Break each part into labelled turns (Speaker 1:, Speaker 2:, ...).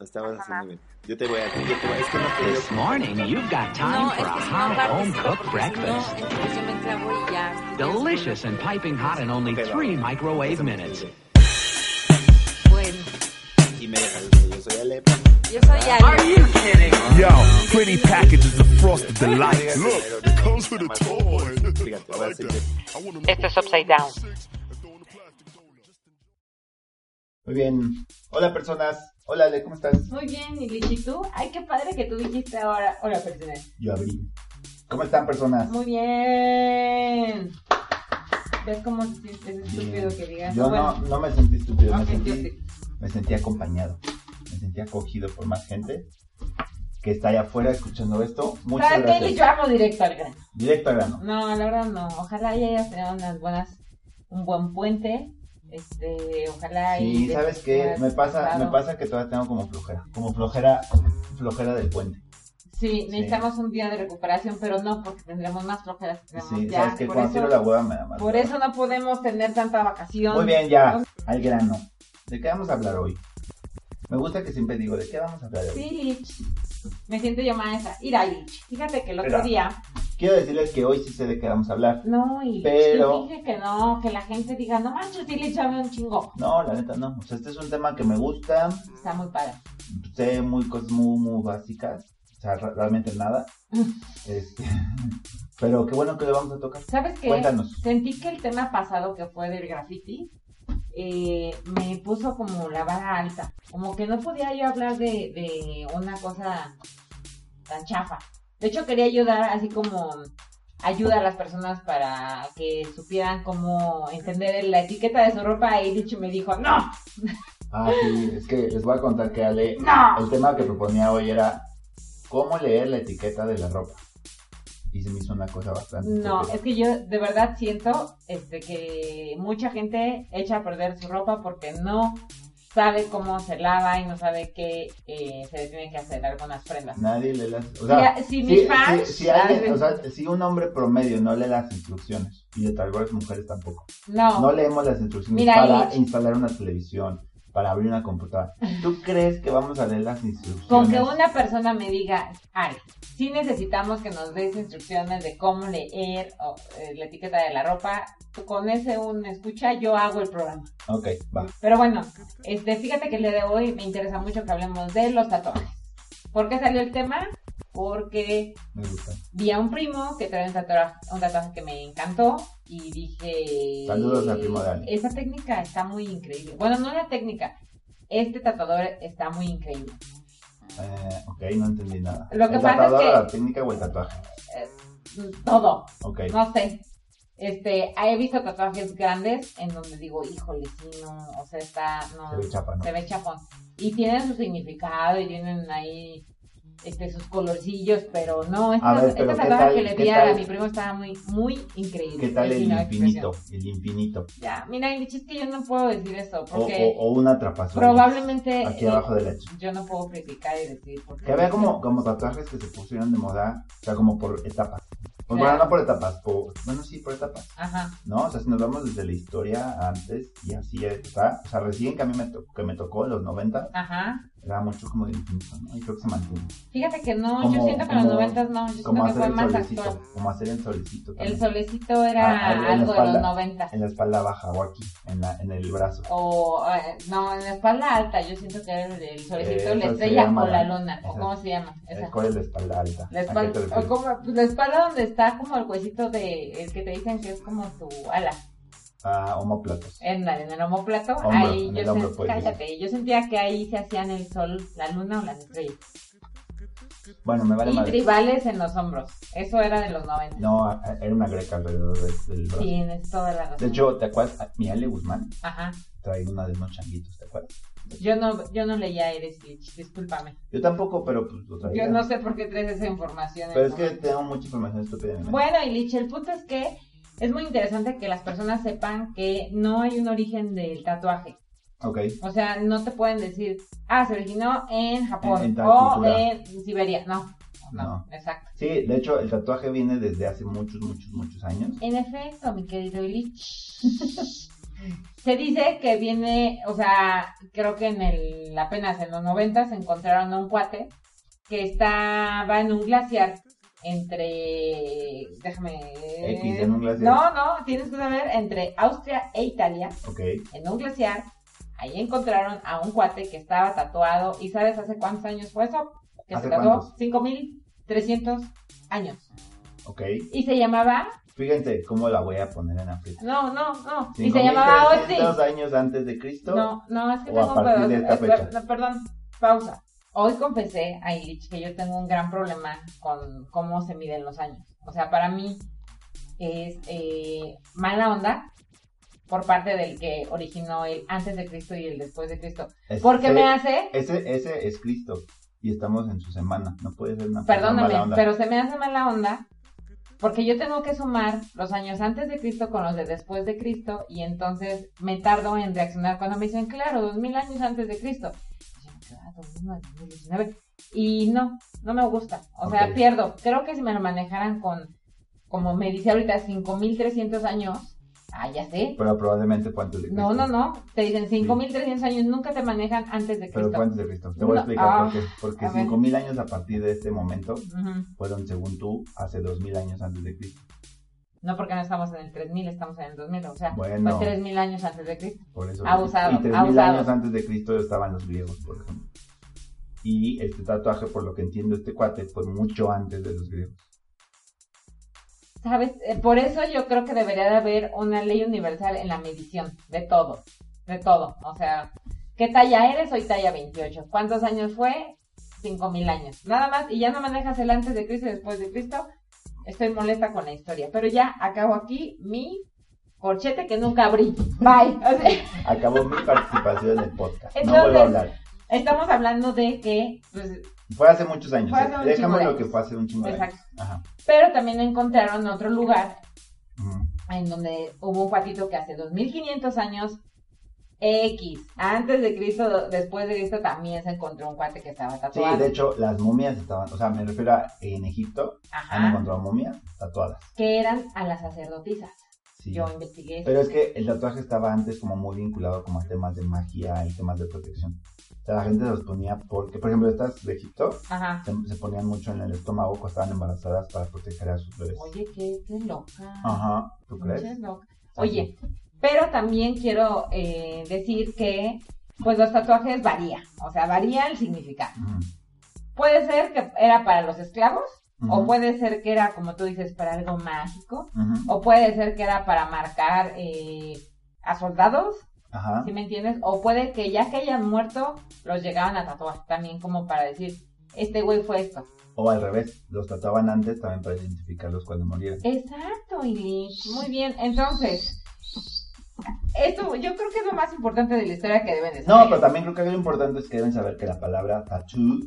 Speaker 1: Lo estabas haciendo bien. Yo te voy a decir, yo te voy a... Es que no te digo-
Speaker 2: This morning, you've got time
Speaker 3: No,
Speaker 2: for
Speaker 3: es
Speaker 2: a
Speaker 3: que si no
Speaker 2: hot
Speaker 3: partes,
Speaker 2: home cooked
Speaker 3: porque si no,
Speaker 2: breakfast.
Speaker 3: entonces yo me clavo y ya. pues,
Speaker 2: Delicious and piping hot in only
Speaker 1: Pero-
Speaker 2: three microwave minutes.
Speaker 3: Bueno,
Speaker 1: Y me dejaron, yo soy Alepa.
Speaker 3: yo soy Ale.
Speaker 4: Yo, pretty packages of frosted delights.
Speaker 1: Look, it comes with a toy. Fíjate, ahora sí que...
Speaker 5: Esto es Upside Down.
Speaker 1: Muy bien. Hola, personas. Hola, Ale, ¿cómo estás?
Speaker 6: Muy bien, y Lichi, ¿tú? Ay, qué padre que tú dijiste ahora. Hola, personal.
Speaker 1: Yo abrí. ¿Cómo están, personas?
Speaker 6: Muy bien. ¿Ves cómo se siente? Es estúpido que digas?
Speaker 1: Yo no,
Speaker 6: Bueno,
Speaker 1: no me sentí estúpido, me,
Speaker 6: ok, yo
Speaker 1: sentí,
Speaker 6: sí.
Speaker 1: me sentí acompañado, me sentí acogido por más gente que está allá afuera escuchando esto. Muchas
Speaker 6: ¿Sabes qué? Lichi,
Speaker 1: gracias.
Speaker 6: vamos directo al grano.
Speaker 1: Directo al grano.
Speaker 6: No, la verdad no. Ojalá ya hayas tenido unas buenas, un buen puente. Este, ojalá. y
Speaker 1: Sí,
Speaker 6: te
Speaker 1: ¿sabes qué?
Speaker 6: hayas
Speaker 1: Me pasa, me
Speaker 6: pasado.
Speaker 1: pasa que todavía tengo como flojera, como flojera, flojera del puente.
Speaker 6: Sí, necesitamos un día de recuperación, pero no, porque tendremos más flojeras que tenemos
Speaker 1: Sí,
Speaker 6: ya.
Speaker 1: sabes que
Speaker 6: por,
Speaker 1: cuando
Speaker 6: eso,
Speaker 1: tiro la hueva me da más.
Speaker 6: por
Speaker 1: hueva.
Speaker 6: eso no podemos tener tanta vacación.
Speaker 1: Muy bien, ya, al grano. ¿De qué vamos a hablar hoy? Me gusta que siempre digo, ¿de qué vamos a hablar hoy?
Speaker 6: Sí, Lich. Me siento llamada a esa. Ira, Lich. Fíjate que el otro
Speaker 1: Ira.
Speaker 6: día.
Speaker 1: Quiero decirles que hoy sí sé de qué vamos a hablar.
Speaker 6: No, y
Speaker 1: Pero-
Speaker 6: y dije que no, que la gente diga, no manches, sí, Lich, habla un chingo.
Speaker 1: No, la neta no. O sea, este es un tema que me gusta.
Speaker 6: Está muy padre.
Speaker 1: sé muy cosas muy, muy básicas, o sea, re- realmente nada.
Speaker 6: Mm.
Speaker 1: Este, pero qué bueno que lo vamos a tocar.
Speaker 6: ¿Sabes qué?
Speaker 1: Cuéntanos.
Speaker 6: Sentí que el tema pasado, que fue del graffiti, eh, me puso como la vara alta. Como que no podía yo hablar de, de una cosa tan chafa. De hecho, quería ayudar así como ayuda a las personas para que supieran cómo entender la etiqueta de su ropa y dicho me dijo, no,
Speaker 1: Ah, sí, es que les voy a contar que Ale,
Speaker 6: No.
Speaker 1: el tema que proponía hoy era cómo leer la etiqueta de la ropa. Y se me hizo una cosa bastante.
Speaker 6: No,
Speaker 1: estúpida.
Speaker 6: es que yo de verdad siento este, que mucha gente echa a perder su ropa porque no sabe cómo se lava y no sabe qué eh, se le tiene que hacer a algunas prendas.
Speaker 1: Nadie le las. O sea,
Speaker 6: Ya, si mis fans-
Speaker 1: si- si alguien- o sea, si un hombre promedio no lee las instrucciones, y de tal vez mujeres tampoco,
Speaker 6: No,
Speaker 1: no leemos las instrucciones
Speaker 6: Mira,
Speaker 1: para
Speaker 6: Lich.
Speaker 1: instalar una televisión, para abrir una computadora. ¿Tú crees que vamos a leer las instrucciones?
Speaker 6: con que una persona me diga, Ale, sí necesitamos que nos des instrucciones de cómo leer o, eh, la etiqueta de la ropa, con ese un escucha yo hago el programa.
Speaker 1: Ok, va.
Speaker 6: Pero bueno, este, fíjate que el día de hoy me interesa mucho que hablemos de los tatuajes. ¿Por qué salió el tema? Porque
Speaker 1: Me gusta.
Speaker 6: vi a un primo que trae un tatuaje, un tatuaje que me encantó y dije...
Speaker 1: Saludos al primo Dani.
Speaker 6: Esa técnica está muy increíble. Bueno, no la técnica. Este tatuador está muy increíble.
Speaker 1: Eh, ok, no entendí nada.
Speaker 6: Lo que
Speaker 1: ¿El
Speaker 6: pasa es
Speaker 1: tatuador
Speaker 6: que-
Speaker 1: o la técnica o el tatuaje?
Speaker 6: Mm, Todo,
Speaker 1: Ok.
Speaker 6: no sé. Este, he visto tatuajes grandes en donde digo, híjole, sí, no, o sea, está, no,
Speaker 1: Se ve chapa, ¿no?
Speaker 6: se ve chafón. Y tienen su significado y tienen ahí este, sus colorcillos, pero no,
Speaker 1: A
Speaker 6: esta,
Speaker 1: ver,
Speaker 6: esta
Speaker 1: pero ¿qué
Speaker 6: tatuaje
Speaker 1: tal-
Speaker 6: que le
Speaker 1: qué
Speaker 6: di a
Speaker 1: tal?
Speaker 6: mi primo estaba muy, muy increíble.
Speaker 1: ¿Qué tal
Speaker 6: Es
Speaker 1: el
Speaker 6: una
Speaker 1: infinito?
Speaker 6: expresión.
Speaker 1: El infinito.
Speaker 6: Ya, mira, y es que yo no puedo decir eso,
Speaker 1: O,
Speaker 6: porque
Speaker 1: o- o una trapazuela.
Speaker 6: probablemente
Speaker 1: Aquí
Speaker 6: eh,
Speaker 1: abajo derecho.
Speaker 6: yo no puedo criticar y decir. Porque
Speaker 1: Que había como, como tatuajes que se pusieron de moda, o sea, como por etapas. O
Speaker 6: Claro.
Speaker 1: Bueno, no por etapas, por- bueno, sí, por etapas,
Speaker 6: Ajá,
Speaker 1: ¿no? O sea, si nos vamos desde la historia antes y así está, o sea, recién que a mí me, to- que me tocó, los 90,
Speaker 6: ajá.
Speaker 1: era mucho como de infinito, ¿no? Y creo que se mantiene.
Speaker 6: Fíjate que no, yo
Speaker 1: Como-
Speaker 6: siento que en los
Speaker 1: como-
Speaker 6: noventas no, yo siento que
Speaker 1: Como hacer
Speaker 6: fue
Speaker 1: el
Speaker 6: más
Speaker 1: solecito,
Speaker 6: actual.
Speaker 1: como hacer el solecito también.
Speaker 6: El solecito era
Speaker 1: Ah, en la
Speaker 6: algo de
Speaker 1: espalda.
Speaker 6: los noventas.
Speaker 1: en la espalda baja o aquí, en, la, en el brazo.
Speaker 6: o eh, no, en la espalda alta, yo siento que era el, el solecito, la
Speaker 1: Esa Eh, se
Speaker 6: estrella
Speaker 1: llama
Speaker 6: o la
Speaker 1: la-
Speaker 6: luna, o
Speaker 1: esa-
Speaker 6: cómo se llama, esa.
Speaker 1: ¿Cuál es la espalda alta?
Speaker 6: La
Speaker 1: ¿A qué te
Speaker 6: espalda, o
Speaker 1: refieres?
Speaker 6: como, pues, la espalda donde está como el huesito de, el que te dicen que es como tu ala,
Speaker 1: Ah, homóplatos.
Speaker 6: en, la- en el homoplato,
Speaker 1: Hombro,
Speaker 6: ahí
Speaker 1: en
Speaker 6: yo,
Speaker 1: el
Speaker 6: sen-
Speaker 1: hombro, pues,
Speaker 6: cállate, yo sentía que ahí se hacían el sol, la luna o las estrellas.
Speaker 1: Bueno, me vale
Speaker 6: Y
Speaker 1: madre.
Speaker 6: tribales en los hombros. Eso era de los 90.
Speaker 1: No, a- a- era una greca alrededor del, del brazo.
Speaker 6: Sí, tienes toda la razón.
Speaker 1: De hecho, ¿te acuerdas? A- Mi Ale Guzmán
Speaker 6: Ajá.
Speaker 1: trae una de unos changuitos, ¿te acuerdas?
Speaker 6: Yo no, yo no leía Eres Glitch, discúlpame.
Speaker 1: Yo tampoco, pero pues lo traía.
Speaker 6: Yo no sé por qué traes esa información. en
Speaker 1: Pero
Speaker 6: el
Speaker 1: es que
Speaker 6: momento.
Speaker 1: tengo mucha información estúpida en mi mente.
Speaker 6: Bueno, y Lich, el punto es que es muy interesante que las personas sepan que no hay un origen del tatuaje.
Speaker 1: Ok.
Speaker 6: O sea, no te pueden decir, ah, se originó en Japón
Speaker 1: En- en tal
Speaker 6: o
Speaker 1: cultura.
Speaker 6: en Siberia. No, no,
Speaker 1: No.
Speaker 6: exacto.
Speaker 1: Sí, de hecho, el tatuaje viene desde hace muchos, muchos, muchos años.
Speaker 6: En efecto, mi querido Lich. se dice que viene, o sea, creo que en el, apenas en los 90 se encontraron a un cuate que estaba en un glaciar entre, déjame...
Speaker 1: X, en un glaciar.
Speaker 6: No, no, tienes que saber, entre Austria e Italia.
Speaker 1: Ok.
Speaker 6: en un glaciar, ahí encontraron a un cuate que estaba tatuado. ¿Y sabes hace cuántos años fue eso? Que
Speaker 1: ¿Hace
Speaker 6: se tatuó
Speaker 1: cuántos?
Speaker 6: 5300 años.
Speaker 1: Ok.
Speaker 6: Y se llamaba.
Speaker 1: Fíjense cómo la voy a poner en África.
Speaker 6: No, no, no. Y se llamaba Ozzy.
Speaker 1: 5.300 años antes de Cristo.
Speaker 6: No, no, es que
Speaker 1: o
Speaker 6: tengo
Speaker 1: a
Speaker 6: un
Speaker 1: partir de
Speaker 6: pedo-
Speaker 1: esta
Speaker 6: eh, per-
Speaker 1: fecha.
Speaker 6: no, perdón, pausa. Hoy confesé a Illich que yo tengo un gran problema con cómo se miden los años. O sea, para mí es eh, mala onda por parte del que originó el antes de Cristo y el después de Cristo.
Speaker 1: Ese-
Speaker 6: Porque me hace,
Speaker 1: este, Ese, ese es Cristo. Y estamos en su semana. No puede ser una persona mala
Speaker 6: perdóname,
Speaker 1: onda.
Speaker 6: pero se me hace mala onda porque yo tengo que sumar los años antes de Cristo con los de después de Cristo y entonces me tardo en reaccionar cuando me dicen, claro, dos mil años antes de Cristo. Y yo, "Ah, claro, 2009, 2019. Y no, no me gusta. O sea,
Speaker 1: Ok.
Speaker 6: pierdo. Creo que si me lo manejaran con, como me dice ahorita, 5300 años, ah, ya sé.
Speaker 1: Pero probablemente fue antes de Cristo.
Speaker 6: No, no, no. Te dicen 5300 años, nunca te manejan antes de
Speaker 1: Pero
Speaker 6: Cristo.
Speaker 1: fue antes de Cristo. Te voy a
Speaker 6: No,
Speaker 1: explicar
Speaker 6: ah,
Speaker 1: por qué. Porque
Speaker 6: a ver.
Speaker 1: 5.000 años a partir de este momento
Speaker 6: Ujú.
Speaker 1: fueron, según tú, hace 2.000 años antes de Cristo.
Speaker 6: No porque no estamos en el 3000, estamos en el 2000, o sea,
Speaker 1: Bueno.
Speaker 6: fue 3000 años antes de Cristo.
Speaker 1: Por eso.
Speaker 6: Abusado,
Speaker 1: Y 3.000
Speaker 6: abusado.
Speaker 1: años antes de Cristo estaban los griegos, por ejemplo. Y este tatuaje, por lo que entiendo, este cuate fue mucho antes de los griegos.
Speaker 6: ¿Sabes? Eh, Por eso yo creo que debería de haber una ley universal en la medición de todo, de todo. O sea, ¿qué talla eres? Soy talla 28. ¿Cuántos años fue? 5000 años. Nada más, y ya no manejas el antes de Cristo y después de Cristo. Estoy molesta con la historia, pero ya acabo aquí mi corchete que nunca abrí. Bye. O sea,
Speaker 1: Acabó mi participación en el podcast. no
Speaker 6: Entonces-
Speaker 1: vuelvo a hablar.
Speaker 6: estamos hablando de que pues,
Speaker 1: Fue hace muchos años.
Speaker 6: Fue hace un
Speaker 1: Déjame
Speaker 6: chingo de
Speaker 1: lo que
Speaker 6: años.
Speaker 1: fue hace un chingo de
Speaker 6: Exacto.
Speaker 1: años. Ajá.
Speaker 6: pero también encontraron otro lugar
Speaker 1: Mm.
Speaker 6: en donde hubo un patito que hace 2500 años X, antes de Cristo, después de Cristo también se encontró un cuate que estaba
Speaker 1: Sí,
Speaker 6: tatuado.
Speaker 1: de hecho, las momias estaban, o sea, me refiero a en Egipto, han
Speaker 6: Ajá,
Speaker 1: encontrado momias tatuadas.
Speaker 6: que eran a las sacerdotisas.
Speaker 1: Sí.
Speaker 6: Yo investigué.
Speaker 1: Pero es que el tatuaje estaba antes como muy vinculado como a temas de magia y temas de protección. O sea, la gente se los ponía porque, por ejemplo, estas de Egipto
Speaker 6: Ajá.
Speaker 1: se, se ponían mucho en el estómago cuando estaban embarazadas para proteger a sus bebés.
Speaker 6: Oye, qué, qué loca.
Speaker 1: Ajá, ¿tú
Speaker 6: Pinche
Speaker 1: crees?
Speaker 6: loca. Oye, pero también quiero eh, decir que pues los tatuajes varía, o sea, varía el significado.
Speaker 1: Ujú.
Speaker 6: Puede ser que era para los esclavos, o
Speaker 1: Ujú.
Speaker 6: puede ser que era, como tú dices, para algo mágico,
Speaker 1: Ujú.
Speaker 6: O puede ser que era para marcar eh, a soldados,
Speaker 1: Ajá.
Speaker 6: ¿sí me entiendes? O puede que ya que hayan muerto, los llegaban a tatuar también como para decir, este güey fue esto.
Speaker 1: O al revés, los tatuaban antes también para identificarlos cuando
Speaker 6: Eh,
Speaker 1: murieran.
Speaker 6: Exacto, Ilish. Muy bien, entonces, esto yo creo que es lo más importante de la historia que deben de
Speaker 1: No,
Speaker 6: saber.
Speaker 1: pero también creo que lo importante es que deben saber que la palabra tattoo,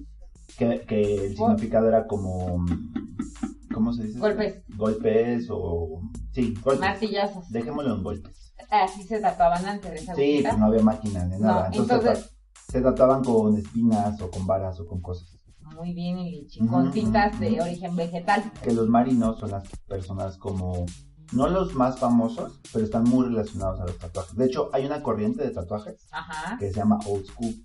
Speaker 1: que, que el significado era como. ¿Cómo se dice?
Speaker 6: Golpes.
Speaker 1: Golpes o. Sí, golpes.
Speaker 6: Martillazos.
Speaker 1: Dejémoslo en golpes.
Speaker 6: Así se tatuaban antes de esa
Speaker 1: Sí, pues,
Speaker 6: agujerita.
Speaker 1: no había máquinas ni
Speaker 6: No,
Speaker 1: nada. Entonces,
Speaker 6: entonces-
Speaker 1: se ta- se trataban con espinas o con varas o con cosas.
Speaker 6: Muy bien, Ilish.
Speaker 1: Ujú,
Speaker 6: Con tintas
Speaker 1: ujú,
Speaker 6: de
Speaker 1: ujú.
Speaker 6: origen vegetal.
Speaker 1: Que los marinos son las personas como. No los más famosos, pero están muy relacionados a los tatuajes. De hecho, hay una corriente de tatuajes
Speaker 6: Ajá.
Speaker 1: que se llama old school.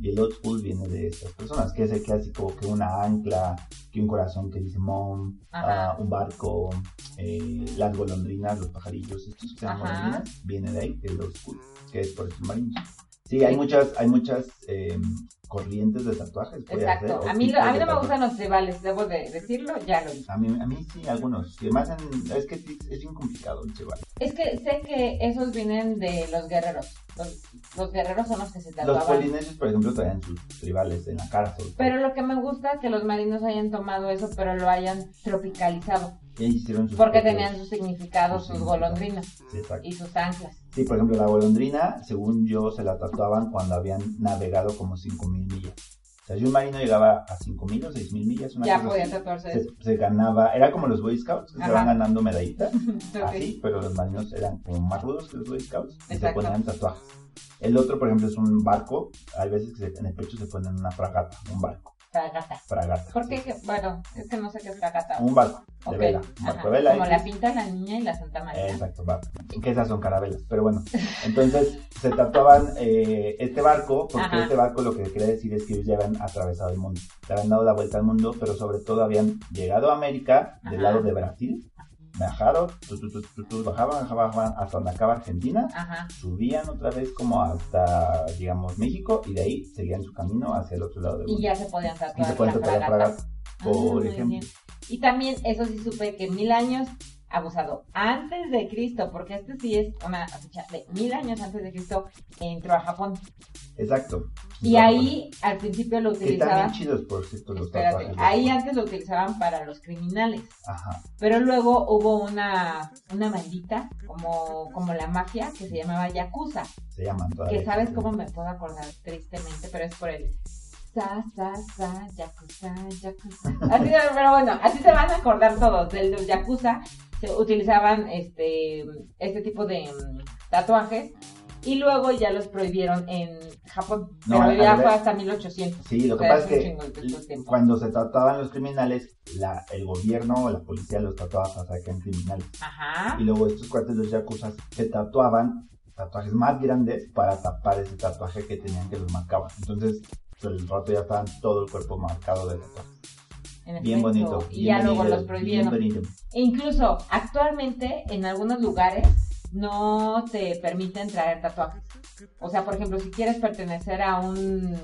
Speaker 1: Y el old school viene de estas personas, que es el clásico que una ancla, que un corazón que dice mom,
Speaker 6: Ajá.
Speaker 1: ah, un barco, eh, las golondrinas, los pajarillos, estos que se llaman
Speaker 6: Ajá.
Speaker 1: golondrinas, viene de ahí, del old school, que es por estos marinos. Sí, hay muchas, hay muchas eh, corrientes de tatuajes. puede
Speaker 6: Exacto.
Speaker 1: hacer, o
Speaker 6: A mí, lo-
Speaker 1: tipos
Speaker 6: a mí no
Speaker 1: de
Speaker 6: me
Speaker 1: tatuajes.
Speaker 6: gustan los tribales, debo de decirlo, ya lo dije.
Speaker 1: A mí, a mí sí, algunos. Y además, en- es que es, es bien complicado el cheval.
Speaker 6: Es que sé que esos vienen de los guerreros. Los, los guerreros son los que se
Speaker 1: Los
Speaker 6: tatuaban.
Speaker 1: polinesios, por ejemplo, traen sus tribales en la cara. sobre todo.
Speaker 6: Pero lo que me gusta es que los marinos hayan tomado eso, pero lo hayan tropicalizado.
Speaker 1: Y ellos hicieron sus
Speaker 6: Porque
Speaker 1: propios-
Speaker 6: tenían sus significados, sus golondrinas
Speaker 1: Sí, exacto.
Speaker 6: y sus anclas.
Speaker 1: Sí, por ejemplo, la golondrina, según yo, se la tatuaban cuando habían navegado como 5.000 millas. O sea, si un marino llegaba a 5.000 o 6.000 millas, una
Speaker 6: Ya
Speaker 1: cosa
Speaker 6: podían
Speaker 1: así,
Speaker 6: tatuarse
Speaker 1: se,
Speaker 6: eso.
Speaker 1: se ganaba, era como los Boy Scouts, que se
Speaker 6: Ajá.
Speaker 1: van ganando medallitas,
Speaker 6: Ok.
Speaker 1: así, pero los marinos eran como más rudos que los Boy Scouts y se
Speaker 6: Exacto.
Speaker 1: ponían tatuajes. El otro, por ejemplo, es un barco, hay veces que se- en el pecho se ponen una fragata, un barco,
Speaker 6: Fragata.
Speaker 1: fragata.
Speaker 6: ¿Por qué?
Speaker 1: sí.
Speaker 6: que- Bueno, es que no sé qué es fragata.
Speaker 1: Un barco de
Speaker 6: Ok,
Speaker 1: vela, un
Speaker 6: ajá,
Speaker 1: barco de vela.
Speaker 6: Como
Speaker 1: y-
Speaker 6: la pinta la niña y la Santa María.
Speaker 1: Exacto, va. que esas son carabelas, pero bueno. Entonces se tatuaban eh, este barco, porque
Speaker 6: Ajá.
Speaker 1: este barco lo que quería decir es que ellos ya habían atravesado el mundo, le habían dado la vuelta al mundo, pero sobre todo habían llegado a América del
Speaker 6: Ajá.
Speaker 1: lado de Brasil, bajaron, tu, tu, tu, tu, tu, bajaban, bajaban, bajaban hasta donde acaba Argentina,
Speaker 6: Ajá.
Speaker 1: subían otra vez como hasta, digamos, México, y de ahí seguían su camino hacia el otro lado del
Speaker 6: Y
Speaker 1: mundo.
Speaker 6: ya se podían tatuar.
Speaker 1: Y se pueden
Speaker 6: la
Speaker 1: tatuar la
Speaker 6: fragata.
Speaker 1: fragata,
Speaker 6: Ah,
Speaker 1: por
Speaker 6: muy
Speaker 1: ejemplo.
Speaker 6: bien. Y también, eso sí supe que mil años abusado antes de Cristo, porque este sí es una fecha de mil años antes de Cristo, entró a Japón.
Speaker 1: Exacto.
Speaker 6: Y ahí al principio lo
Speaker 1: Que están bien
Speaker 6: utilizaban.
Speaker 1: chidos, por cierto, los
Speaker 6: Espérate,
Speaker 1: tatuajes.
Speaker 6: ahí antes lo utilizaban para los criminales,
Speaker 1: Ajá.
Speaker 6: pero luego hubo una, una bandita, como, como la mafia, que se llamaba Yakuza,
Speaker 1: se llaman todavía.
Speaker 6: que sabes cómo me puedo acordar tristemente, pero es por el sa, sa, sa, yakuza, yakuza. Así, de- pero bueno, así se van a acordar todos. Del del yakuza se utilizaban este, este tipo de mm, tatuajes y luego ya los prohibieron en Japón.
Speaker 1: No,
Speaker 6: pero
Speaker 1: al
Speaker 6: ya fue
Speaker 1: revés.
Speaker 6: hasta 1800.
Speaker 1: Sí, lo
Speaker 6: O
Speaker 1: que
Speaker 6: sea,
Speaker 1: pasa es
Speaker 6: es un
Speaker 1: que
Speaker 6: chingo de estos tiempos.
Speaker 1: cuando se trataban los criminales, la, el gobierno o la policía los tatuaba para que eran criminales.
Speaker 6: Ajá.
Speaker 1: Y luego estos cuates, los yakuzas, se tatuaban tatuajes más grandes para tapar ese tatuaje que tenían que los marcaban. Entonces, pues, el rato ya estaban todo el cuerpo marcado de tatuajes.
Speaker 6: en
Speaker 1: Bien
Speaker 6: efecto.
Speaker 1: bonito.
Speaker 6: Y
Speaker 1: bien
Speaker 6: ya luego
Speaker 1: bonito,
Speaker 6: los
Speaker 1: bien
Speaker 6: prohibieron.
Speaker 1: bonito.
Speaker 6: E incluso actualmente en algunos lugares no te permiten traer tatuajes. O sea, por ejemplo, si quieres pertenecer a un,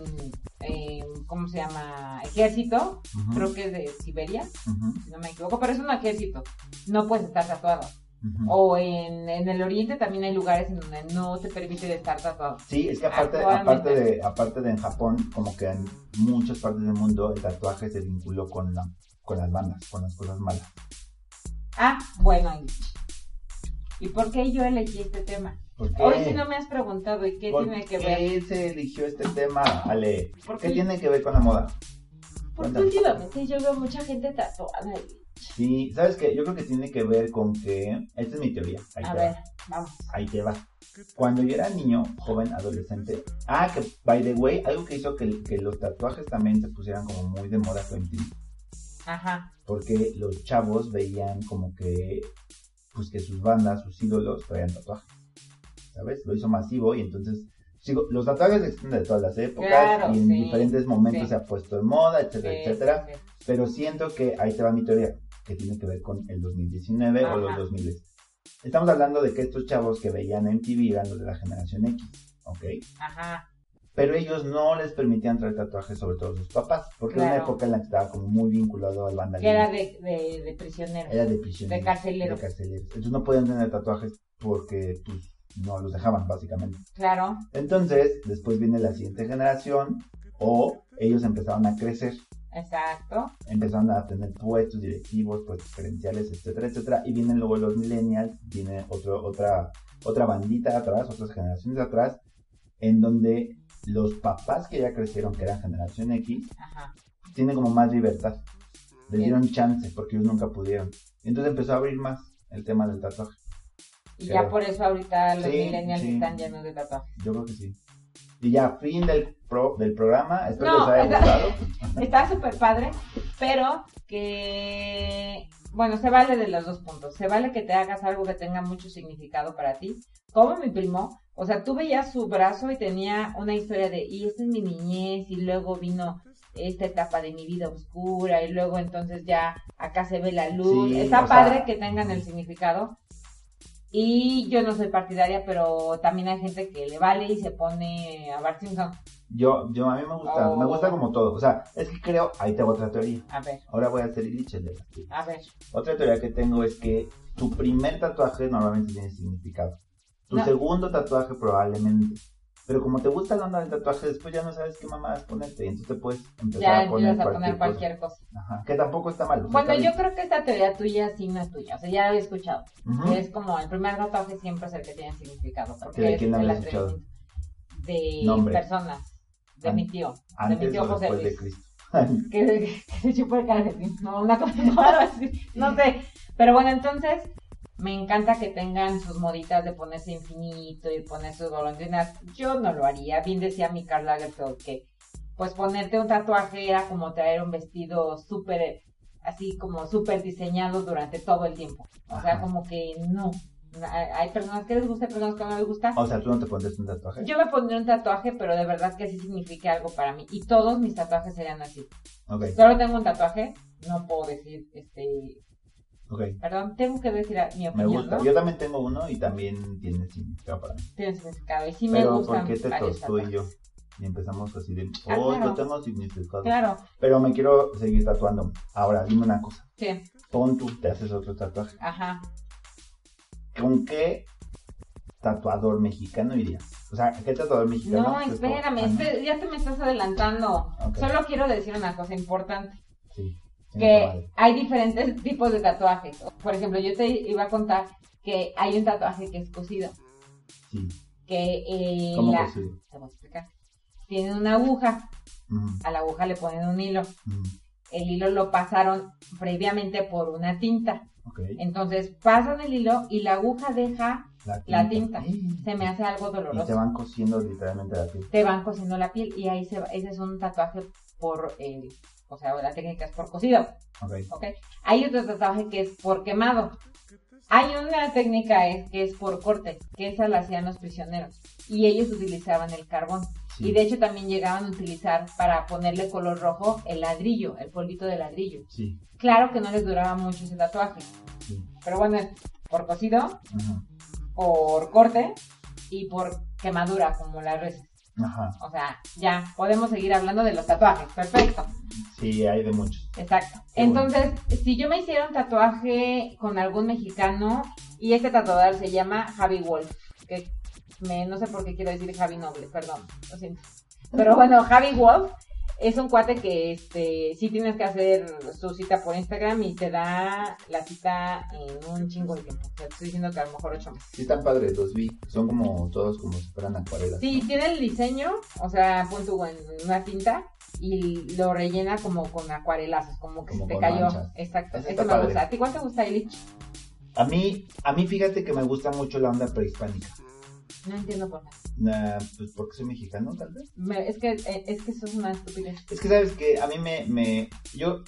Speaker 6: eh, ¿cómo se llama? Ejército,
Speaker 1: Ujú,
Speaker 6: creo que es de Siberia,
Speaker 1: ujú,
Speaker 6: si no me equivoco, pero es un ejército. No puedes estar tatuado.
Speaker 1: ujú.
Speaker 6: O en, en el oriente también hay lugares en donde no te permiten estar tatuado.
Speaker 1: Sí, es que aparte,
Speaker 6: Actualmente.
Speaker 1: aparte, de, aparte de en Japón, como que en muchas partes del mundo el tatuaje se vinculó con, la, con las bandas, con las cosas malas.
Speaker 6: Ah, bueno. ¿Y, ¿y por qué yo elegí este tema?
Speaker 1: ¿Por qué?
Speaker 6: Hoy si no me has preguntado, ¿y qué
Speaker 1: ¿Por
Speaker 6: tiene que
Speaker 1: qué
Speaker 6: ver?
Speaker 1: se eligió este tema, Ale?
Speaker 6: ¿Por
Speaker 1: ¿Qué
Speaker 6: qué?
Speaker 1: tiene que ver con la moda?
Speaker 6: Porque
Speaker 1: Cuéntame.
Speaker 6: últimamente yo veo mucha gente tatuada. y-
Speaker 1: Sí, ¿sabes qué? Yo creo que tiene que ver con que... Esta es mi teoría. Ahí
Speaker 6: A
Speaker 1: te
Speaker 6: ver,
Speaker 1: va.
Speaker 6: vamos.
Speaker 1: Ahí te va. Cuando yo era niño, joven, adolescente... Ah, que, by the way, algo que hizo que, que los tatuajes también se pusieran como muy de moda fue MTV.
Speaker 6: Ajá.
Speaker 1: Porque los chavos veían como que... Pues que sus bandas, sus ídolos, traían tatuajes. ¿Sabes? Lo hizo masivo y entonces... sigo- los tatuajes existen de todas las épocas
Speaker 6: Claro,
Speaker 1: y en
Speaker 6: sí,
Speaker 1: diferentes momentos
Speaker 6: sí.
Speaker 1: se ha puesto de moda, etcétera,
Speaker 6: Sí,
Speaker 1: etcétera.
Speaker 6: sí, sí.
Speaker 1: Pero siento que ahí te va mi teoría, que tiene que ver con el 2019 o los
Speaker 6: Ajá.
Speaker 1: 2000. Estamos hablando de que estos chavos que veían MTV eran los de la generación X, ¿ok?
Speaker 6: Ajá.
Speaker 1: Pero ellos no les permitían traer tatuajes, sobre todo sus papás, porque era una
Speaker 6: Claro.
Speaker 1: época en la que estaba como muy vinculado al vandalismo.
Speaker 6: Que era de, de, de prisionero.
Speaker 1: Era de prisioneros.
Speaker 6: de carceleros.
Speaker 1: de carceleros. Entonces no podían tener tatuajes porque pues, no los dejaban, básicamente.
Speaker 6: Claro.
Speaker 1: Entonces, después viene la siguiente generación o ellos empezaron a crecer
Speaker 6: Exacto.
Speaker 1: empezaron a tener puestos directivos, puestos gerenciales, etcétera, etcétera, y vienen luego los millennials, viene otro, otra, otra bandita atrás, otras generaciones atrás, en donde los papás que ya crecieron, que eran generación X,
Speaker 6: Ajá.
Speaker 1: tienen como más libertad, les
Speaker 6: Bien.
Speaker 1: dieron chance, porque ellos nunca pudieron. Entonces empezó a abrir más el tema del tatuaje,
Speaker 6: Y
Speaker 1: Claro.
Speaker 6: ya por eso ahorita los
Speaker 1: Sí,
Speaker 6: millennials
Speaker 1: sí.
Speaker 6: están llenos de tatuajes.
Speaker 1: yo creo que sí. Y ya, fin del, pro, del programa, espero
Speaker 6: No,
Speaker 1: que les haya
Speaker 6: está-
Speaker 1: gustado.
Speaker 6: Está súper padre, pero que. Bueno, se vale de los dos puntos. Se vale que te hagas algo que tenga mucho significado para ti. Como mi primo, o sea, tú veías su brazo y tenía una historia de, y esta es mi niñez, y luego vino esta etapa de mi vida oscura, y luego entonces ya acá se ve la luz.
Speaker 1: Sí,
Speaker 6: Está
Speaker 1: o
Speaker 6: padre
Speaker 1: sea,
Speaker 6: que tengan el significado, Y yo no soy partidaria, pero también hay gente que le vale y se pone a Bart Simpson.
Speaker 1: Yo, yo, a mí me gusta,
Speaker 6: Oh.
Speaker 1: me gusta como todo. O sea, es que creo, ahí tengo otra teoría.
Speaker 6: A ver,
Speaker 1: Ahora voy a hacer el Illich, el de las teorías.
Speaker 6: a ver.
Speaker 1: Otra teoría que tengo es que tu primer tatuaje normalmente tiene significado. Tu
Speaker 6: No.
Speaker 1: segundo tatuaje probablemente. Pero como te gusta la onda del tatuaje, después ya no sabes qué mamadas ponerte. Y entonces te puedes
Speaker 6: Ya
Speaker 1: empezar a poner
Speaker 6: empiezas a
Speaker 1: cualquier,
Speaker 6: poner
Speaker 1: cosa.
Speaker 6: cualquier cosa.
Speaker 1: Ajá, que tampoco está mal. o sea,
Speaker 6: Bueno,
Speaker 1: está
Speaker 6: yo creo que esta teoría tuya sí no es tuya. O sea, ya la he escuchado.
Speaker 1: bien.
Speaker 6: Que
Speaker 1: Ujú.
Speaker 6: Es como el primer tatuaje siempre es el que tiene significado. Porque
Speaker 1: ¿De
Speaker 6: es
Speaker 1: quién la
Speaker 6: el
Speaker 1: habías escuchado?
Speaker 6: atrevimiento de
Speaker 1: Nombre.
Speaker 6: personas. De
Speaker 1: An-
Speaker 6: mi tío. De mi
Speaker 1: Antes
Speaker 6: tío
Speaker 1: o
Speaker 6: José
Speaker 1: después de
Speaker 6: Luis.
Speaker 1: Cristo.
Speaker 6: que, que se chupa el calcetín, no, una cosa no, algo así, no sé. Pero bueno, entonces me encanta que tengan sus moditas de ponerse infinito y poner sus golondrinas. Yo no lo haría, bien decía mi Karl Lagerfeld que pues ponerte un tatuaje era como traer un vestido súper, así como súper diseñado durante todo el tiempo. O sea,
Speaker 1: Ajá.
Speaker 6: como que no. Hay personas que les gusta, personas que no les gusta.
Speaker 1: O sea, tú no te pondrías un tatuaje.
Speaker 6: Yo me pondría un tatuaje, pero de verdad que sí signifique algo para mí. Y todos mis tatuajes serían así.
Speaker 1: Ok,
Speaker 6: Solo tengo un tatuaje, no puedo decir, este,
Speaker 1: ok.
Speaker 6: perdón, tengo que decir a- mi
Speaker 1: Me
Speaker 6: opinión,
Speaker 1: gusta.
Speaker 6: ¿no?
Speaker 1: Yo también tengo uno y también tiene significado para mí.
Speaker 6: Tiene significado y sí me
Speaker 1: Pero
Speaker 6: gustan
Speaker 1: ¿por qué te
Speaker 6: varios
Speaker 1: tostó y
Speaker 6: tatuajes.
Speaker 1: yo? Y empezamos así de,
Speaker 6: Ah,
Speaker 1: oh,
Speaker 6: claro.
Speaker 1: no tengo significado.
Speaker 6: Claro,
Speaker 1: Pero me quiero seguir tatuando. Ahora, dime una cosa.
Speaker 6: sí,
Speaker 1: Pon tú, te haces otro tatuaje.
Speaker 6: ajá.
Speaker 1: ¿Con qué tatuador mexicano irías? O sea, ¿qué tatuador mexicano?
Speaker 6: No,
Speaker 1: Pues,
Speaker 6: espérame, este
Speaker 1: ah, no.
Speaker 6: espe- ya te me estás adelantando.
Speaker 1: Ok.
Speaker 6: Solo quiero decir una cosa importante,
Speaker 1: Sí.
Speaker 6: que hay diferentes tipos de tatuajes. Por ejemplo, yo te iba a contar que hay un tatuaje que es cosido,
Speaker 1: Sí,
Speaker 6: que eh,
Speaker 1: ¿cómo
Speaker 6: la-
Speaker 1: cosido?
Speaker 6: te voy a explicar. Tienen una aguja,
Speaker 1: Mm,
Speaker 6: a la aguja le ponen un hilo,
Speaker 1: mm,
Speaker 6: el hilo lo pasaron previamente por una tinta.
Speaker 1: ok.
Speaker 6: Entonces pasan el hilo y la aguja deja, la tinta.
Speaker 1: Y
Speaker 6: se me hace algo
Speaker 1: te
Speaker 6: doloroso.
Speaker 1: van cosiendo literalmente la piel.
Speaker 6: Te van cosiendo la piel y ahí se va- ese es un tatuaje por, eh, o sea, la técnica es por cosido,
Speaker 1: Ok.
Speaker 6: ¿ok? Hay otro tatuaje que es por quemado. Hay una técnica es, que es por corte, que esa la hacían los prisioneros y ellos utilizaban el carbón.
Speaker 1: Sí.
Speaker 6: Y de hecho también llegaban a utilizar para ponerle color rojo el ladrillo, el polvito de ladrillo.
Speaker 1: Sí.
Speaker 6: Claro que no les duraba mucho ese tatuaje,
Speaker 1: Sí.
Speaker 6: pero bueno, es por cosido
Speaker 1: Ajá.
Speaker 6: por corte y por quemadura, como la res.
Speaker 1: Ajá.
Speaker 6: O sea, ya podemos seguir hablando de los tatuajes. Perfecto,
Speaker 1: Sí, hay de muchos.
Speaker 6: exacto.
Speaker 1: Qué bueno.
Speaker 6: Entonces, si yo me hiciera un tatuaje con algún mexicano y este tatuador se llama Javi Wolf, que me- no sé por qué quiero decir Javi Noble, perdón, lo siento. Pero bueno, Javi Wolf es un cuate que este sí tienes que hacer su cita por Instagram y te da la cita en un chingo de tiempo. O sea, te estoy diciendo que a lo mejor ocho meses.
Speaker 1: Sí, están padres, los vi. Son como todos como si fueran acuarelas.
Speaker 6: Sí, tiene el diseño, o sea, pon tu en una tinta y lo rellena como con acuarelazos, como que
Speaker 1: Como
Speaker 6: se te
Speaker 1: con
Speaker 6: cayó.
Speaker 1: manchas.
Speaker 6: Exacto,
Speaker 1: Eso
Speaker 6: eso
Speaker 1: está
Speaker 6: me
Speaker 1: padre.
Speaker 6: gusta. ¿A ti cuál te gusta, Illich?
Speaker 1: A mí, a mí fíjate que me gusta mucho la onda prehispánica.
Speaker 6: No entiendo por qué.
Speaker 1: Nah, pues porque soy mexicano, tal vez.
Speaker 6: Me- es, que, eh, es que eso es una estupidez.
Speaker 1: Es que sabes que a mí me, me. Yo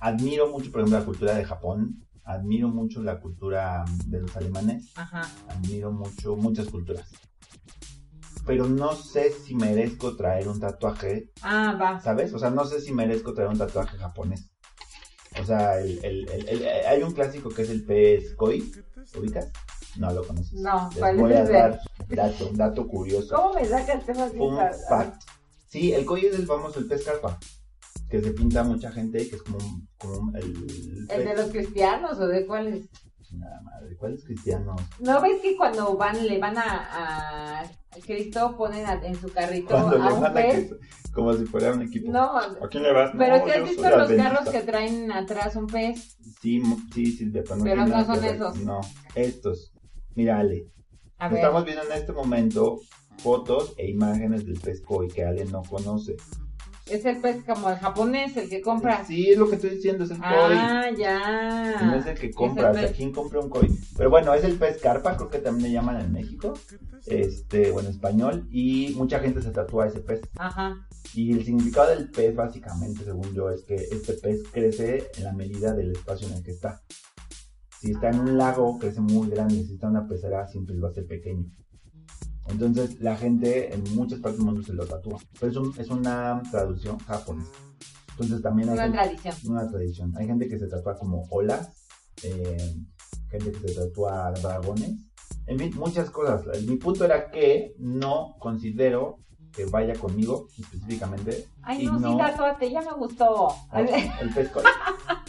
Speaker 1: admiro mucho, por ejemplo, la cultura de Japón. Admiro mucho la cultura mm, de los alemanes.
Speaker 6: Ajá.
Speaker 1: Admiro mucho, muchas culturas. Pero no sé si merezco traer un tatuaje,
Speaker 6: Ah, va.
Speaker 1: ¿sabes? O sea, no sé si merezco traer un tatuaje japonés. O sea, el, el- el- el- hay un clásico que es el pez koi. ¿Ubicas? No lo conoces.
Speaker 6: No,
Speaker 1: Les
Speaker 6: ¿cuál
Speaker 1: voy
Speaker 6: es
Speaker 1: a
Speaker 6: ese?
Speaker 1: dar dato, un dato curioso.
Speaker 6: ¿Cómo me sacas temas de
Speaker 1: Un
Speaker 6: esta-
Speaker 1: fact. Sí, el koi es el famoso, el pez carpa, que se pinta a mucha gente, que es como, un- como un- el,
Speaker 6: ¿El de
Speaker 1: pez-
Speaker 6: los cristianos o de cuáles?
Speaker 1: Chingada madre, ¿cuál es cristiano?
Speaker 6: ¿No ves que cuando van le van a, a Cristo ponen a- en su carrito
Speaker 1: Cuando
Speaker 6: a
Speaker 1: le
Speaker 6: un
Speaker 1: van a
Speaker 6: pez?
Speaker 1: que... Como si fuera un equipo.
Speaker 6: No,
Speaker 1: ¿A quién le vas?
Speaker 6: pero
Speaker 1: No,
Speaker 6: si has
Speaker 1: yo
Speaker 6: visto
Speaker 1: soy la
Speaker 6: los carros
Speaker 1: bendita.
Speaker 6: que traen atrás un pez.
Speaker 1: Sí, mo- sí, sí, de plano
Speaker 6: Pero
Speaker 1: tiene
Speaker 6: no
Speaker 1: nada
Speaker 6: son
Speaker 1: que ver.
Speaker 6: esos.
Speaker 1: No, estos. Mira, Ale,
Speaker 6: A ver.
Speaker 1: estamos viendo en este momento fotos e imágenes del pez koi que Ale no conoce.
Speaker 6: Es el pez como el japonés, el que compra.
Speaker 1: Sí, es lo que estoy diciendo, es el koi.
Speaker 6: Ah, ya.
Speaker 1: No es el que
Speaker 6: Es
Speaker 1: compra,
Speaker 6: el
Speaker 1: o sea,
Speaker 6: pez.
Speaker 1: ¿quién compra un koi? Pero bueno, es el pez carpa, creo que también le llaman en México, este, o en español, y mucha gente se tatúa ese pez.
Speaker 6: Ajá.
Speaker 1: Y el significado del pez, básicamente, según yo, es que este pez crece en la medida del espacio en el que está. Si está en un lago, crece muy grande, si está en una pecera, siempre va a ser pequeño. Entonces, la gente en muchas partes del mundo se lo tatúa. Pero es, un- es una traducción japonesa. Entonces, también hay
Speaker 6: Una
Speaker 1: gente-
Speaker 6: tradición.
Speaker 1: una tradición. Hay gente que se tatúa como olas, eh, gente que se tatúa dragones, En fin, muchas cosas. La- Mi punto era que no considero que vaya conmigo específicamente.
Speaker 6: Ay,
Speaker 1: y Ah,
Speaker 6: no, sí, tatuate, ya me gustó.
Speaker 1: el pescoy.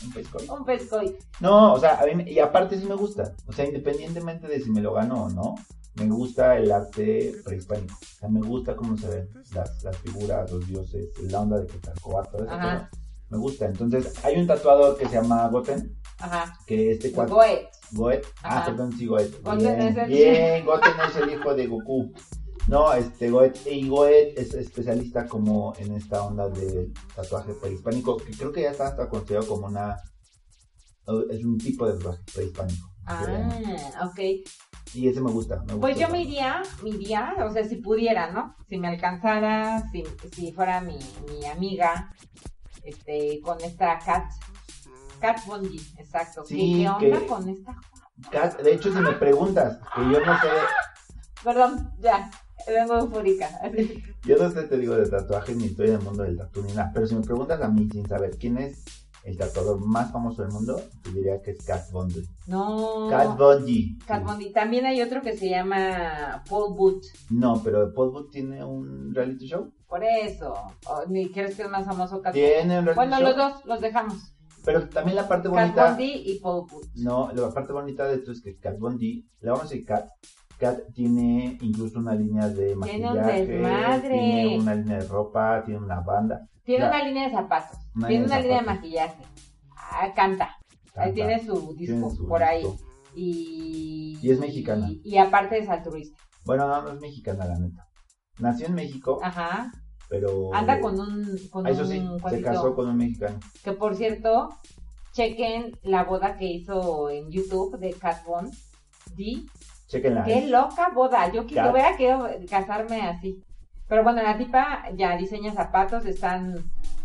Speaker 1: Un pescoy.
Speaker 6: Un pescoy.
Speaker 1: No, o sea, a mí, me- y aparte sí me gusta. O sea, independientemente de si me lo gano o no, me gusta el arte prehispánico. O sea, me gusta cómo se ven las, las figuras, los dioses, la onda de Quetzalcóatl, todo eso.
Speaker 6: Ajá.
Speaker 1: pero Me gusta. Entonces, hay un tatuador que se llama Goten,
Speaker 6: Ajá. que
Speaker 1: que este cuate...
Speaker 6: Goe.
Speaker 1: Goet. Ah,
Speaker 6: Ajá.
Speaker 1: perdón, sí, Goet.
Speaker 6: Goten
Speaker 1: bien,
Speaker 6: es el-
Speaker 1: bien, Goten es el hijo de Goku. No, este, Goet, y Goet es especialista como en esta onda de tatuaje prehispánico, que creo que ya está hasta considerado como una, es un tipo de tatuaje prehispánico.
Speaker 6: Ah, ok.
Speaker 1: Y ese me gusta, me gusta.
Speaker 6: Pues yo me iría, me iría, o sea, si pudiera, ¿no? Si me alcanzara, si, si fuera mi, mi amiga, este, con esta Cat, Cat Bondi, exacto. ¿Qué-
Speaker 1: Sí,
Speaker 6: ¿Qué, onda
Speaker 1: que-
Speaker 6: con esta?
Speaker 1: Kat, de hecho, si me preguntas, que yo no sé,
Speaker 6: Perdón, ya, vengo eufórica. así.
Speaker 1: yo no sé, te digo, de tatuajes ni estoy en el mundo del tatu ni nada, pero si me preguntas a mí sin saber quién es el tatuador más famoso del mundo, te diría que es Kat Bondi.
Speaker 6: No.
Speaker 1: Kat Bondi.
Speaker 6: Cat Bondi. También hay otro que se llama Paul Boot.
Speaker 1: No, pero Podbook tiene un reality show.
Speaker 6: Por eso. O, ¿Ni crees que es más famoso Cat
Speaker 1: Tiene un reality
Speaker 6: Bueno,
Speaker 1: show.
Speaker 6: los dos los dejamos.
Speaker 1: Pero también la parte
Speaker 6: Cat
Speaker 1: bonita.
Speaker 6: Bondi y Paul Boot.
Speaker 1: No, la parte bonita de esto es que Kat Bondi, le vamos a decir Kat. Kat tiene incluso una línea de
Speaker 6: Tiene un
Speaker 1: maquillaje,
Speaker 6: desmadre.
Speaker 1: tiene una línea de ropa, tiene una banda.
Speaker 6: Tiene
Speaker 1: La-
Speaker 6: una línea de zapatos.
Speaker 1: Una
Speaker 6: tiene una
Speaker 1: línea de
Speaker 6: línea de
Speaker 1: zapatos.
Speaker 6: maquillaje. Ah, canta. Ahí
Speaker 1: Canta.
Speaker 6: tiene su disco
Speaker 1: Tiene su
Speaker 6: por ahí.
Speaker 1: disco.
Speaker 6: Y,
Speaker 1: Y es mexicana.
Speaker 6: Y, y aparte es altruista.
Speaker 1: Bueno, no, no es mexicana, la neta. Nació en México,
Speaker 6: Ajá.
Speaker 1: pero.
Speaker 6: Ah, Anda con un. Con
Speaker 1: Ah, Eso
Speaker 6: un
Speaker 1: sí, se
Speaker 6: cuatito.
Speaker 1: casó con un mexicano.
Speaker 6: Que por cierto, chequen la boda que hizo en YouTube de Cat Von D.
Speaker 1: Chequenla. ¿eh?
Speaker 6: Qué loca boda. Yo que
Speaker 1: Cat.
Speaker 6: hubiera querido casarme así. Pero bueno, la tipa ya diseña zapatos, están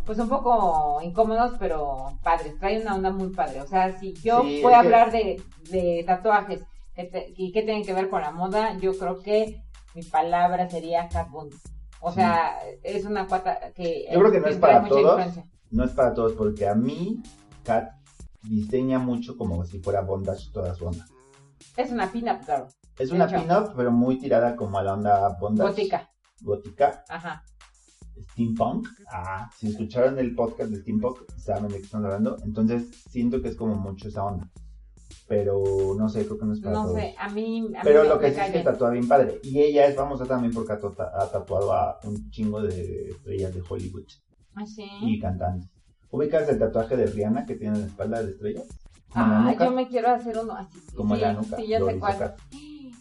Speaker 6: pues un poco incómodos, pero padres. Trae una onda muy padre. O sea, si yo
Speaker 1: Sí,
Speaker 6: voy a
Speaker 1: es que-
Speaker 6: hablar de, de tatuajes que te- y qué tienen que ver con la moda, yo creo que mi palabra sería Cat Von D. O
Speaker 1: Sí.
Speaker 6: sea, es una cuata que...
Speaker 1: Yo creo que no es
Speaker 6: trae
Speaker 1: para
Speaker 6: mucha
Speaker 1: todos.
Speaker 6: influencia.
Speaker 1: no es para todos, porque a mí Kat diseña mucho como si fuera bondage toda su onda.
Speaker 6: Es una pin-up girl.
Speaker 1: Es
Speaker 6: De
Speaker 1: una
Speaker 6: hecho.
Speaker 1: pin-up, pero muy tirada como a la onda bondage.
Speaker 6: Gótica.
Speaker 1: Gótica,
Speaker 6: Ajá.
Speaker 1: steampunk. Ah, si escucharon el podcast de steampunk, saben de qué están hablando. Entonces, siento que es como mucho esa onda. Pero no sé, creo que no es para
Speaker 6: No
Speaker 1: todos.
Speaker 6: sé, a mí. A mí
Speaker 1: Pero
Speaker 6: me-
Speaker 1: lo que
Speaker 6: me
Speaker 1: sí es
Speaker 6: cae
Speaker 1: que
Speaker 6: bien.
Speaker 1: tatúa bien padre. Y ella es famosa también porque ha, tota- ha tatuado a un chingo de estrellas de Hollywood
Speaker 6: Ah, sí.
Speaker 1: y cantantes. ¿Ubicas el tatuaje de Rihanna que tiene en la espalda de estrellas? Como en la
Speaker 6: Ah,
Speaker 1: nuca.
Speaker 6: yo me quiero hacer uno así.
Speaker 1: Como
Speaker 6: sí,
Speaker 1: en la nuca.
Speaker 6: Sí, ya
Speaker 1: lo
Speaker 6: sé
Speaker 1: hizo
Speaker 6: cuál.
Speaker 1: Kat.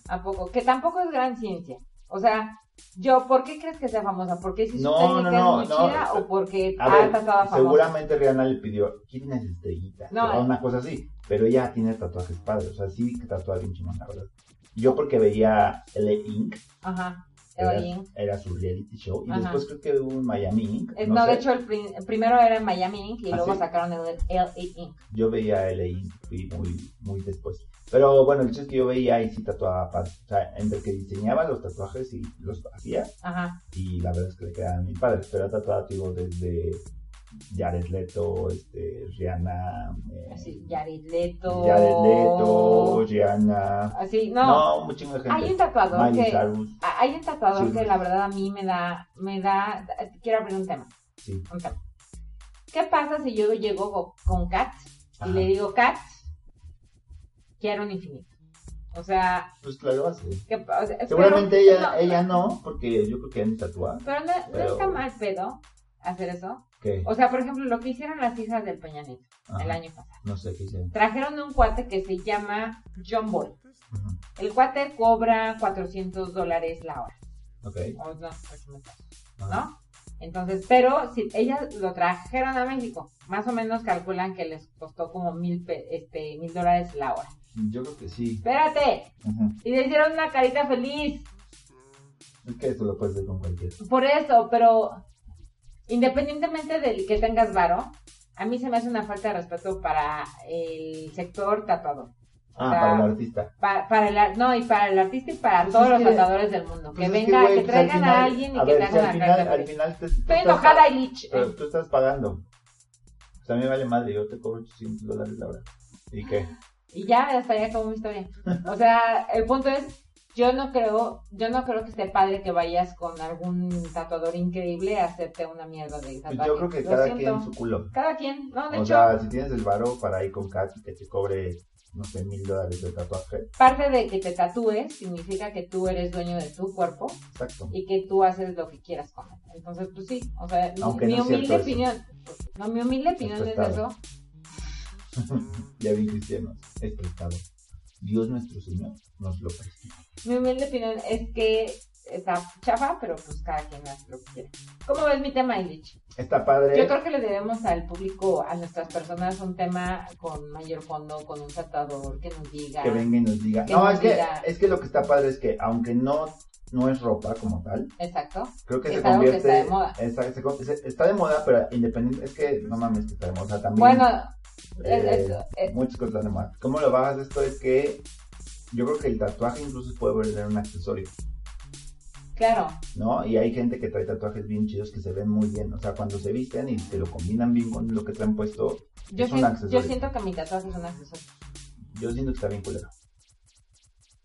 Speaker 6: ¿A poco? Que tampoco es gran ciencia. O sea, yo, ¿por qué crees que sea famosa? ¿Porque si
Speaker 1: No,
Speaker 6: su técnica
Speaker 1: no, no,
Speaker 6: es muy
Speaker 1: no,
Speaker 6: chida
Speaker 1: es-
Speaker 6: o porque
Speaker 1: A
Speaker 6: ha
Speaker 1: ver,
Speaker 6: tratado a famosos?
Speaker 1: seguramente Rihanna le pidió, ¿quién es estrellita?
Speaker 6: No,
Speaker 1: o
Speaker 6: eh.
Speaker 1: una cosa así. Pero ella tiene tatuajes padres, o sea, sí que tatúa bien chingón, la verdad. Yo porque veía L.A. Inc.,
Speaker 6: Ajá.
Speaker 1: era,
Speaker 6: Evelyn.
Speaker 1: era su reality show, y
Speaker 6: Ajá.
Speaker 1: después creo que hubo un Miami Inc.,
Speaker 6: Es-
Speaker 1: no
Speaker 6: no, de
Speaker 1: sé.
Speaker 6: hecho, el, prim- el primero era en Miami Inc. y
Speaker 1: ¿Ah,
Speaker 6: luego
Speaker 1: sí?
Speaker 6: sacaron el LA Inc.
Speaker 1: Yo veía L.A. Inc. y muy, muy después. Pero bueno, el hecho es que yo veía y sí tatuaba padre. O sea, entre que diseñaba los tatuajes y los hacía,
Speaker 6: Ajá.
Speaker 1: y la verdad es que le quedaban bien padres. Pero ha tatuado, digo, desde Jared Leto, este, Rihanna... eh,
Speaker 6: Así, Jared Leto.
Speaker 1: Jared Leto, Rihanna.
Speaker 6: Así,
Speaker 1: No, un chingo de gente.
Speaker 6: Hay un tatuador
Speaker 1: Miley
Speaker 6: que-
Speaker 1: Cyrus,
Speaker 6: Ah, Hay un tatuador
Speaker 1: Sí.
Speaker 6: que la verdad a mí me da, me da, quiero abrir un tema,
Speaker 1: sí.
Speaker 6: un tema. ¿Qué pasa si yo llego go- con Kat y
Speaker 1: Ajá.
Speaker 6: le digo, Kat, quiero un infinito? O sea,
Speaker 1: Pues claro, hace.
Speaker 6: que, o sea,
Speaker 1: Seguramente
Speaker 6: pero-
Speaker 1: ella, ella no, porque yo creo que ella ni tatúa.
Speaker 6: Pero no, no
Speaker 1: pero-
Speaker 6: está mal pedo hacer eso.
Speaker 1: ¿Qué?
Speaker 6: O sea, por ejemplo, lo que hicieron las hijas del Peña Nieto
Speaker 1: Ajá.
Speaker 6: el año pasado.
Speaker 1: No sé qué hicieron.
Speaker 6: Trajeron un cuate que se llama John Boy.
Speaker 1: Ujú.
Speaker 6: El cuate cobra 400 dólares la hora.
Speaker 1: Ok. Ah,
Speaker 6: O no, 800.
Speaker 1: Ajá.
Speaker 6: ¿no? Entonces, pero si ellas lo trajeron a México, más o menos calculan que les costó como mil, pe- este, mil dólares la hora.
Speaker 1: Yo creo que sí.
Speaker 6: Espérate,
Speaker 1: Ujú.
Speaker 6: y le hicieron una carita feliz,
Speaker 1: Es que eso lo puedes hacer con cualquiera.
Speaker 6: por eso, pero independientemente del que tengas varo, a mí se me hace una falta de respeto para el sector tatuador. O
Speaker 1: Ah,
Speaker 6: sea,
Speaker 1: para el artista.
Speaker 6: Pa- para el ar- no, y para el artista y para
Speaker 1: Pues
Speaker 6: todos
Speaker 1: es
Speaker 6: los
Speaker 1: que-
Speaker 6: tatuadores del mundo.
Speaker 1: Pues
Speaker 6: que
Speaker 1: es
Speaker 6: venga,
Speaker 1: güey,
Speaker 6: que,
Speaker 1: pues, al
Speaker 6: traigan
Speaker 1: final-
Speaker 6: a alguien y
Speaker 1: a
Speaker 6: que
Speaker 1: ver,
Speaker 6: te
Speaker 1: si
Speaker 6: hagan pues.
Speaker 1: al
Speaker 6: una
Speaker 1: final,
Speaker 6: carita
Speaker 1: al
Speaker 6: feliz.
Speaker 1: final pues, te,
Speaker 6: Estoy enojada, Illich.
Speaker 1: Pero tú estás pagando. Pues a mí me vale madre, yo te cobro 800 dólares la hora. ¿Y qué?
Speaker 6: Y ya, hasta ahí acabó mi historia. O sea, el punto es, yo no creo, yo no creo que esté padre que vayas con algún tatuador increíble a hacerte una mierda de
Speaker 1: Pues
Speaker 6: tatuaje.
Speaker 1: yo creo que
Speaker 6: Lo
Speaker 1: cada
Speaker 6: siento.
Speaker 1: quien su culo.
Speaker 6: Cada quien, no, de
Speaker 1: O
Speaker 6: hecho,
Speaker 1: sea, si tienes el varo para ir con Kat y que te cobre, no sé, mil dólares de tatuaje.
Speaker 6: parte de que te tatúes significa que tú eres dueño de tu cuerpo
Speaker 1: Exacto.
Speaker 6: y que tú haces lo que quieras con él. Entonces, pues sí, o sea, mi-
Speaker 1: Aunque
Speaker 6: mi
Speaker 1: no es
Speaker 6: humilde
Speaker 1: cierto
Speaker 6: opinión, no, mi humilde opinión es
Speaker 1: prestado.
Speaker 6: eso.
Speaker 1: Ya bien cristianos, es prestado. Dios nuestro Señor nos lo presta.
Speaker 6: Mi humilde opinión es que está chafa, pero pues cada quien hace lo que quiere. ¿Cómo ves mi tema, Illich?
Speaker 1: Está padre.
Speaker 6: Yo creo que le debemos al público, a nuestras personas, un tema con mayor fondo, con un tratador que nos diga.
Speaker 1: que venga y nos diga.
Speaker 6: Que
Speaker 1: no,
Speaker 6: nos
Speaker 1: es, que,
Speaker 6: diga.
Speaker 1: es que lo que está padre es que aunque no, no es ropa como tal,
Speaker 6: Exacto.
Speaker 1: creo que
Speaker 6: Es
Speaker 1: se
Speaker 6: algo que
Speaker 1: convierte...
Speaker 6: está de moda.
Speaker 1: está- se con- se- está de moda, pero independiente, es que no mames que está de moda. O sea, también,
Speaker 6: Bueno,
Speaker 1: eh,
Speaker 6: es- es-
Speaker 1: muchas cosas están de moda. ¿Cómo lo bajas esto? Es que yo creo que el tatuaje incluso puede volver un accesorio,
Speaker 6: claro,
Speaker 1: ¿no? Y hay gente que trae tatuajes bien chidos que se ven muy bien. O sea, cuando se visten y se lo combinan bien con lo que traen puesto,
Speaker 6: yo,
Speaker 1: Es un
Speaker 6: sien-
Speaker 1: accesorio.
Speaker 6: yo siento que mi tatuaje es un accesorio.
Speaker 1: yo siento que está bien culero.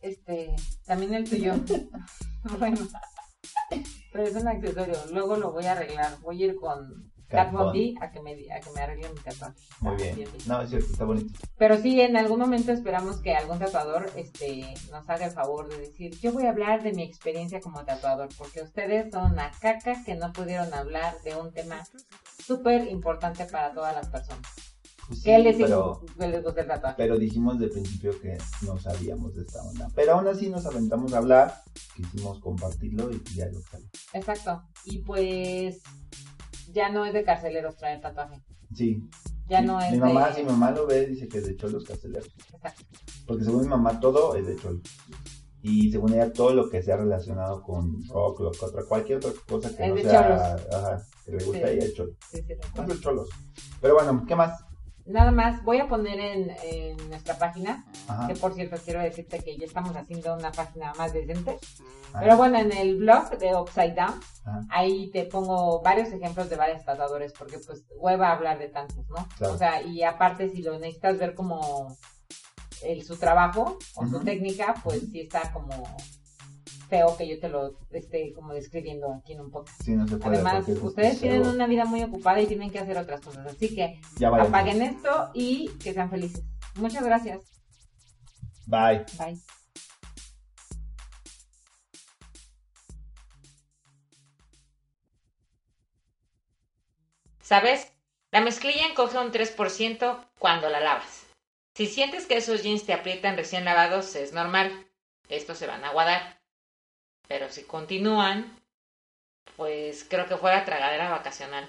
Speaker 6: Este, también el tuyo. bueno, pero es un accesorio. Luego lo voy a arreglar. Voy a ir con
Speaker 1: Kat
Speaker 6: Kat
Speaker 1: Von
Speaker 6: Von D a que me, di- a que me arregle mi tatuaje.
Speaker 1: Muy
Speaker 6: Ah,
Speaker 1: bien. No, es cierto, está bonito.
Speaker 6: Pero sí, en algún momento esperamos que algún tatuador este, nos haga el favor de decir, yo voy a hablar de mi experiencia como tatuador, porque ustedes son la caca que no pudieron hablar de un tema súper importante para todas las personas.
Speaker 1: Pues
Speaker 6: ¿Qué
Speaker 1: sí,
Speaker 6: les,
Speaker 1: pero-
Speaker 6: que les gusta el tatuaje?
Speaker 1: pero dijimos de principio que no sabíamos de esta onda. Pero aún así nos aventamos a hablar, quisimos compartirlo y ya lo salió.
Speaker 6: Exacto. Y pues ya no es de carceleros traer tatuaje.
Speaker 1: Sí.
Speaker 6: Ya
Speaker 1: Mi-
Speaker 6: no es
Speaker 1: Mi mamá,
Speaker 6: de...
Speaker 1: si mi mamá lo ve, dice que es de cholos carceleros.
Speaker 6: Exacto.
Speaker 1: Porque según mi mamá todo es de cholos. Y según ella todo lo que sea relacionado con rock, lo que otra, cualquier otra cosa que
Speaker 6: Es
Speaker 1: no
Speaker 6: de
Speaker 1: sea ajá, que le gusta
Speaker 6: Sí.
Speaker 1: a ella es cholo.
Speaker 6: Sí, sí,
Speaker 1: Son
Speaker 6: recuerdo.
Speaker 1: los cholos. Pero bueno, ¿qué más?
Speaker 6: Nada más, voy a poner en, en nuestra página,
Speaker 1: Ajá.
Speaker 6: que por cierto quiero decirte que ya estamos haciendo una página más decente.
Speaker 1: Ah,
Speaker 6: Pero bueno, en el blog de Upside Down,
Speaker 1: Ajá.
Speaker 6: ahí te pongo varios ejemplos de varios tatuadores, porque pues hueva hablar de tantos, ¿no?
Speaker 1: Claro.
Speaker 6: O sea, y aparte si lo necesitas ver como el, su trabajo o su
Speaker 1: Ujú.
Speaker 6: técnica, pues sí está como feo que yo te lo esté como describiendo aquí en un podcast.
Speaker 1: sí, no se puede.
Speaker 6: Además,
Speaker 1: porque es-
Speaker 6: ustedes
Speaker 1: es-
Speaker 6: tienen una vida muy ocupada y tienen que hacer otras cosas, así que
Speaker 1: Ya vale.
Speaker 6: apaguen esto y que sean felices. Muchas gracias.
Speaker 1: Bye.
Speaker 6: Bye. ¿Sabes? La mezclilla encoge un 3% cuando la lavas. Si sientes que esos jeans te aprietan recién lavados, es normal. Estos se van a aguadar. Pero si continúan, pues creo que fuera tragadera vacacional.